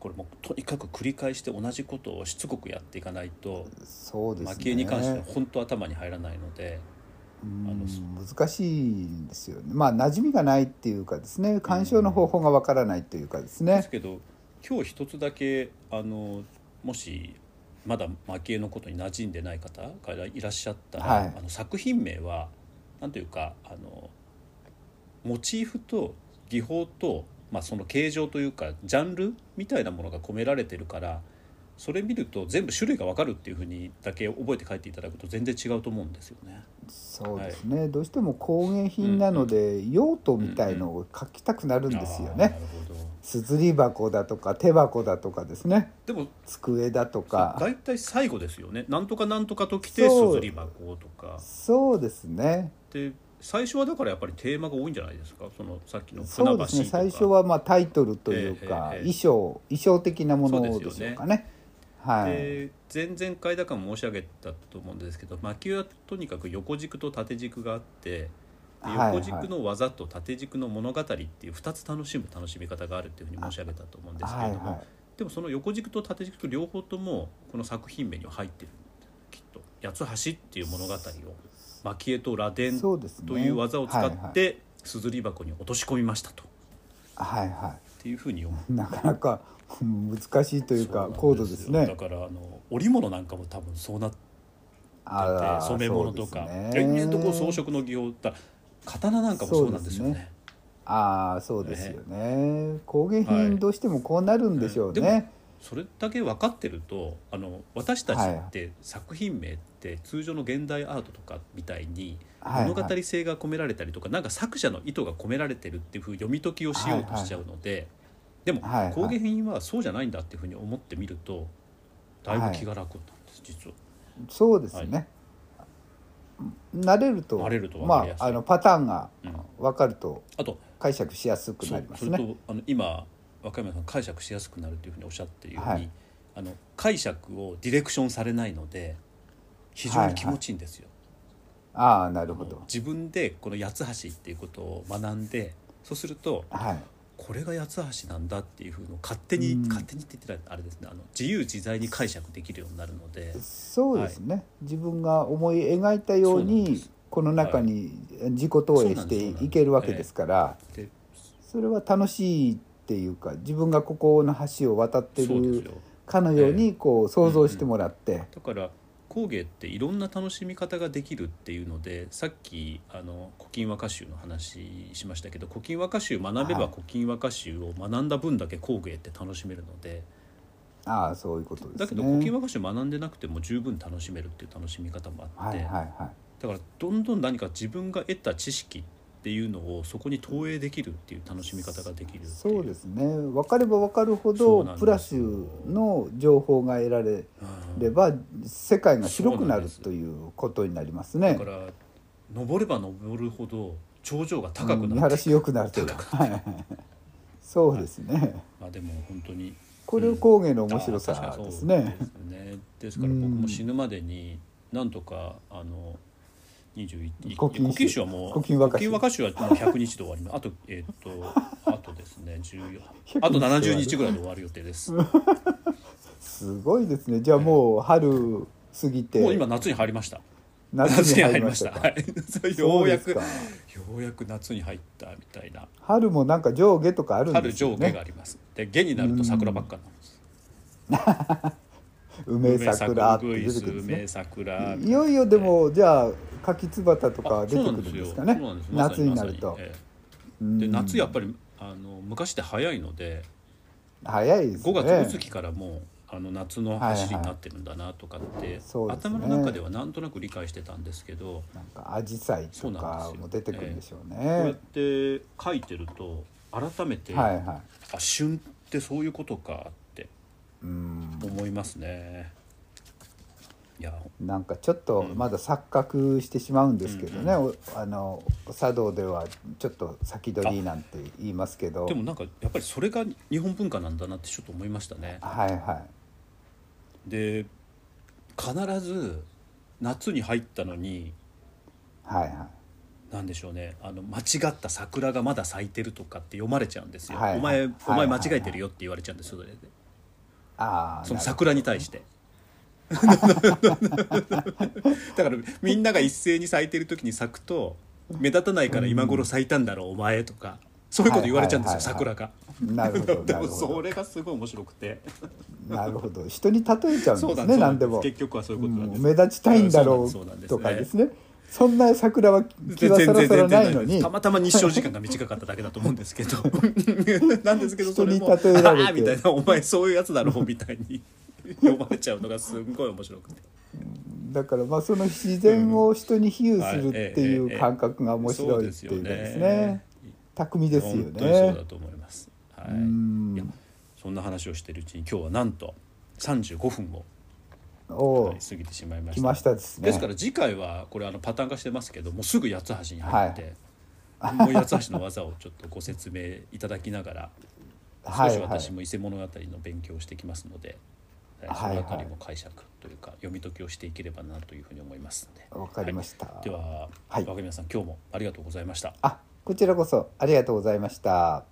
Speaker 2: これもうとにかく繰り返して同じことをしつこくやっていかない (laughs) と、
Speaker 3: そうですね
Speaker 2: 蒔絵に関しては本当頭に入らないので、
Speaker 3: うん難しいんですよねまあ馴染みがないっていうかですね鑑賞の方法がわからないというかです
Speaker 2: で
Speaker 3: ね
Speaker 2: す、けど今日一つだけあのもしまだ蒔絵のことに馴染んでない方がいらっしゃったら、
Speaker 3: はい
Speaker 2: あの作品名はなんというかあのモチーフと技法と、まあ、その形状というかジャンルみたいなものが込められてるからそれ見ると全部種類が分かるっていうふうにだけ覚えて帰っていただくと全然違うと思うんですよね。
Speaker 3: そうですね、どうしても工芸品なので用途みたいのを書きたくなるんですよ
Speaker 2: あーな
Speaker 3: ね
Speaker 2: るほど
Speaker 3: すずり箱だとか手箱だとかですね
Speaker 2: でも
Speaker 3: 机だと
Speaker 2: だ
Speaker 3: か
Speaker 2: いたい最後ですよね。なんとかなんとかときてす
Speaker 3: そう
Speaker 2: ずり箱とか
Speaker 3: そうですね
Speaker 2: で最初はだからやっぱりテーマが多いんじゃないですか。そのさっきの船
Speaker 3: そ
Speaker 2: 橋と
Speaker 3: う
Speaker 2: か
Speaker 3: ですね最初はまあタイトルというか、
Speaker 2: ええええ
Speaker 3: 衣装衣装的なもの
Speaker 2: そう
Speaker 3: で
Speaker 2: です
Speaker 3: し
Speaker 2: よ
Speaker 3: ょう
Speaker 2: ね
Speaker 3: かねはい
Speaker 2: で前々回だから申し上げたと思うんですけど魔球はとにかく横軸と縦軸があってで
Speaker 3: はい
Speaker 2: 横軸の技と縦軸の物語っていう2つ楽しむ楽しみ方があるっていうふうに申し上げたと思うんですけ
Speaker 3: は
Speaker 2: れ
Speaker 3: い
Speaker 2: ども、
Speaker 3: は
Speaker 2: でもその横軸と縦軸と両方ともこの作品名には入ってるきっと「八つ橋」っていう物語を蒔絵と螺
Speaker 3: い
Speaker 2: 鈿
Speaker 3: そうですね
Speaker 2: という技を使っ
Speaker 3: はい
Speaker 2: てすずり箱に落とし込みましたと。
Speaker 3: はい、はいは
Speaker 2: っていうふうに思う
Speaker 3: いなかなかうん難しいという
Speaker 2: そうな
Speaker 3: か
Speaker 2: ん
Speaker 3: 高度ですね
Speaker 2: だからあの織物なんかも多分そうなっだって
Speaker 3: ー
Speaker 2: 染め物とか
Speaker 3: そうですね
Speaker 2: 延々とこう装飾の技法だ刀なんかもそうなんですよ
Speaker 3: そうです
Speaker 2: ね。
Speaker 3: ああそうですよね工芸
Speaker 2: はい
Speaker 3: 品どうしてもこうなるんでしょうね、
Speaker 2: うんでもそれだけ分かってるとあの私たち
Speaker 3: はい
Speaker 2: って作品名って通常の現代アートとかみたいに
Speaker 3: はいはい
Speaker 2: 物語性が込められたりとかなんか作者の意図が込められてるっていうふう読み解きをしようとしちゃうのででも
Speaker 3: はいはい
Speaker 2: 工芸品はそうじゃないんだっていうふうに思ってみるとだいぶ気が楽になるんです実は。
Speaker 3: そうですね、慣れると
Speaker 2: 慣れると分か
Speaker 3: ま
Speaker 2: りやすい
Speaker 3: ああのパターンが
Speaker 2: うん
Speaker 3: 分かると
Speaker 2: あと
Speaker 3: 解釈しやすく
Speaker 2: そ
Speaker 3: な
Speaker 2: う
Speaker 3: りま
Speaker 2: そ
Speaker 3: す
Speaker 2: れ
Speaker 3: ね
Speaker 2: とあの今若山さん解釈しやすくなるというふうにおっしゃっているように、
Speaker 3: はい
Speaker 2: あの解釈をディレクションされないので非常に気持ちいいんですよ。
Speaker 3: ああなるほ
Speaker 2: もう
Speaker 3: ど
Speaker 2: 自分でこの八つ橋っていうことを学んでそうすると
Speaker 3: はい
Speaker 2: これが八つ橋なんだっていうふうの勝手に、
Speaker 3: うん
Speaker 2: 勝手にって言ってたらあれですねあの自由自在に解釈できるようになるので
Speaker 3: そうですね、自分が思い描いたよう
Speaker 2: そうなんで
Speaker 3: に
Speaker 2: す
Speaker 3: この中に自己投影していけるわけですから
Speaker 2: で
Speaker 3: それは楽しいっていうか自分がここの橋を渡って
Speaker 2: そうです
Speaker 3: る
Speaker 2: よ
Speaker 3: かのようにこう想像してもらって、
Speaker 2: だから工芸っていろんな楽しみ方ができるっていうのでさっきあの古今和歌集の話しましたけど古今和歌集学べ
Speaker 3: は
Speaker 2: ば
Speaker 3: い
Speaker 2: 古今和歌集を学んだ分だけ工芸って楽しめるので
Speaker 3: ああそういうことですね。
Speaker 2: だけど古今和歌集学んでなくても十分楽しめるっていう楽しみ方もあっ
Speaker 3: はい
Speaker 2: て
Speaker 3: はい
Speaker 2: だ
Speaker 3: はい
Speaker 2: からどんどん何か自分が得た知識っていうのをそこに投影できるっていう楽しみ方ができるってい
Speaker 3: そうですね分かれば分かるほ
Speaker 2: そう
Speaker 3: ど
Speaker 2: なんです
Speaker 3: プラスの情報が得られ
Speaker 2: うん
Speaker 3: れば世界が広く
Speaker 2: そうな
Speaker 3: な
Speaker 2: んで
Speaker 3: る
Speaker 2: す
Speaker 3: ということになりますね
Speaker 2: だか。ら登れば登るほど頂上が
Speaker 3: う
Speaker 2: 高
Speaker 3: ん
Speaker 2: く
Speaker 3: 見
Speaker 2: な
Speaker 3: 晴
Speaker 2: る
Speaker 3: らし良くなるというかはいそうですね。
Speaker 2: まあでも本当に
Speaker 3: これ
Speaker 2: うん
Speaker 3: 工芸の面白さです
Speaker 2: あー確か。にそ
Speaker 3: ね
Speaker 2: うですねですから僕も死ぬまでになんとかあの21い
Speaker 3: 古今集
Speaker 2: 古今集はもう
Speaker 3: 古今和歌集
Speaker 2: 古今和歌集はもう100日で終わりますあとえっ、
Speaker 3: (laughs)
Speaker 2: とあとですね14あと70日ぐらいで終わる予定ですも
Speaker 3: すごいですね。じゃあもう春過ぎて
Speaker 2: う今夏に入りました
Speaker 3: 夏に入りました
Speaker 2: は
Speaker 3: か。
Speaker 2: い (laughs) そうよ
Speaker 3: そう
Speaker 2: うや
Speaker 3: で
Speaker 2: く
Speaker 3: す
Speaker 2: よ
Speaker 3: か。
Speaker 2: うやく夏に入ったみたいな
Speaker 3: 春もなんか上下とかあるん
Speaker 2: 春
Speaker 3: ですよ
Speaker 2: 上下が
Speaker 3: ね。
Speaker 2: ありますで下になると桜ばっかなんです
Speaker 3: 梅桜って
Speaker 2: 梅
Speaker 3: 出
Speaker 2: 桜
Speaker 3: てくるんですね
Speaker 2: 梅。桜
Speaker 3: いよいよでもじゃあ柿つばたとか
Speaker 2: あそ
Speaker 3: 出
Speaker 2: うな
Speaker 3: てく
Speaker 2: ん
Speaker 3: るん
Speaker 2: です
Speaker 3: で
Speaker 2: よ
Speaker 3: すかね
Speaker 2: そうなんですまさ
Speaker 3: 夏に
Speaker 2: ま
Speaker 3: な
Speaker 2: さ
Speaker 3: ると、
Speaker 2: ええ
Speaker 3: うん
Speaker 2: で夏やっぱりあの昔って早いので
Speaker 3: 早いですね
Speaker 2: 5月打つ期からもう、あの夏の走りになってるんだなとかって、
Speaker 3: そうですね
Speaker 2: 頭の中ではなんとなく理解してたんですけど、
Speaker 3: なんかアジサイ
Speaker 2: そう
Speaker 3: と
Speaker 2: なんです
Speaker 3: か
Speaker 2: よ
Speaker 3: も出てくるんでしょうね、
Speaker 2: こうやって書いてると改めて、
Speaker 3: はいはい
Speaker 2: あ旬ってそういうことかって
Speaker 3: うん
Speaker 2: 思いますね。いや
Speaker 3: なんかちょっとまだ錯覚してしまうんですけどね、おあの茶道ではちょっと先取りなんて言いますけど
Speaker 2: でもなんかやっぱりそれが日本文化なんだなってちょっと思いましたね。
Speaker 3: はいは
Speaker 2: で必ず夏に入ったのに
Speaker 3: いはいはい
Speaker 2: なんでしょうねあの間違った桜がまだ咲いてるとかって読まれちゃうんですよ、
Speaker 3: はいはい
Speaker 2: お前、
Speaker 3: はい
Speaker 2: お
Speaker 3: は
Speaker 2: 前
Speaker 3: い
Speaker 2: 間違えてるよって言われちゃうんですよそれで
Speaker 3: ああ
Speaker 2: その
Speaker 3: なるほ
Speaker 2: 桜に対
Speaker 3: (laughs)
Speaker 2: してだからみんなが一斉に咲いてる時に咲くと目立たないから今頃咲いたんだろうお前とかそういうこと言われちゃうんですよ、
Speaker 3: はいはい
Speaker 2: 桜が
Speaker 3: どなるほ
Speaker 2: (laughs)
Speaker 3: ど
Speaker 2: で
Speaker 3: な
Speaker 2: も
Speaker 3: るほ
Speaker 2: そ
Speaker 3: ど
Speaker 2: れがすごい面白くて
Speaker 3: なるほど人に例えちゃうん
Speaker 2: そうなんで
Speaker 3: ですね
Speaker 2: す
Speaker 3: 何でも
Speaker 2: 結局はそういうことなんです
Speaker 3: もう目立ちたいんだろ
Speaker 2: そうなん
Speaker 3: う
Speaker 2: です
Speaker 3: とかです
Speaker 2: ね
Speaker 3: ねそんな桜は気はさらさらないのに
Speaker 2: たまたま日照時間が短かっただけだと思うんです
Speaker 3: (laughs)
Speaker 2: けどなんですけどそれも「あ
Speaker 3: 人に例えられて
Speaker 2: あ」みたいな「お前そういうやつだろ」みたいに読まれちゃうのがすんごい面白くて
Speaker 3: だからまあその自然を人に比喩する
Speaker 2: う
Speaker 3: って
Speaker 2: んはいえええ
Speaker 3: い
Speaker 2: え
Speaker 3: う感覚が面白いっていうかですね巧みですよ
Speaker 2: 本当にそうだ
Speaker 3: ね。
Speaker 2: と思います、はい、
Speaker 3: う
Speaker 2: いや
Speaker 3: ん
Speaker 2: そんな話をしてるうちに今日はなんと35分を
Speaker 3: お
Speaker 2: は
Speaker 3: う
Speaker 2: い過ぎてしまいました
Speaker 3: 来ましたですね。
Speaker 2: ですから次回はこれあのパターン化してますけどもうすぐ八つ橋に入って、もう八つ橋の技をちょっとご説明いただきながら
Speaker 3: は
Speaker 2: 少
Speaker 3: い
Speaker 2: し
Speaker 3: はい
Speaker 2: 私も伊勢物語の勉強をしてきますので、
Speaker 3: はい
Speaker 2: そのあたりも解釈というか読み解きをしていければなというふうに思いますので、
Speaker 3: わかりました。
Speaker 2: では、
Speaker 3: はい
Speaker 2: 若宮さん今日もありがとうございました。
Speaker 3: あこちらこそありがとうございました。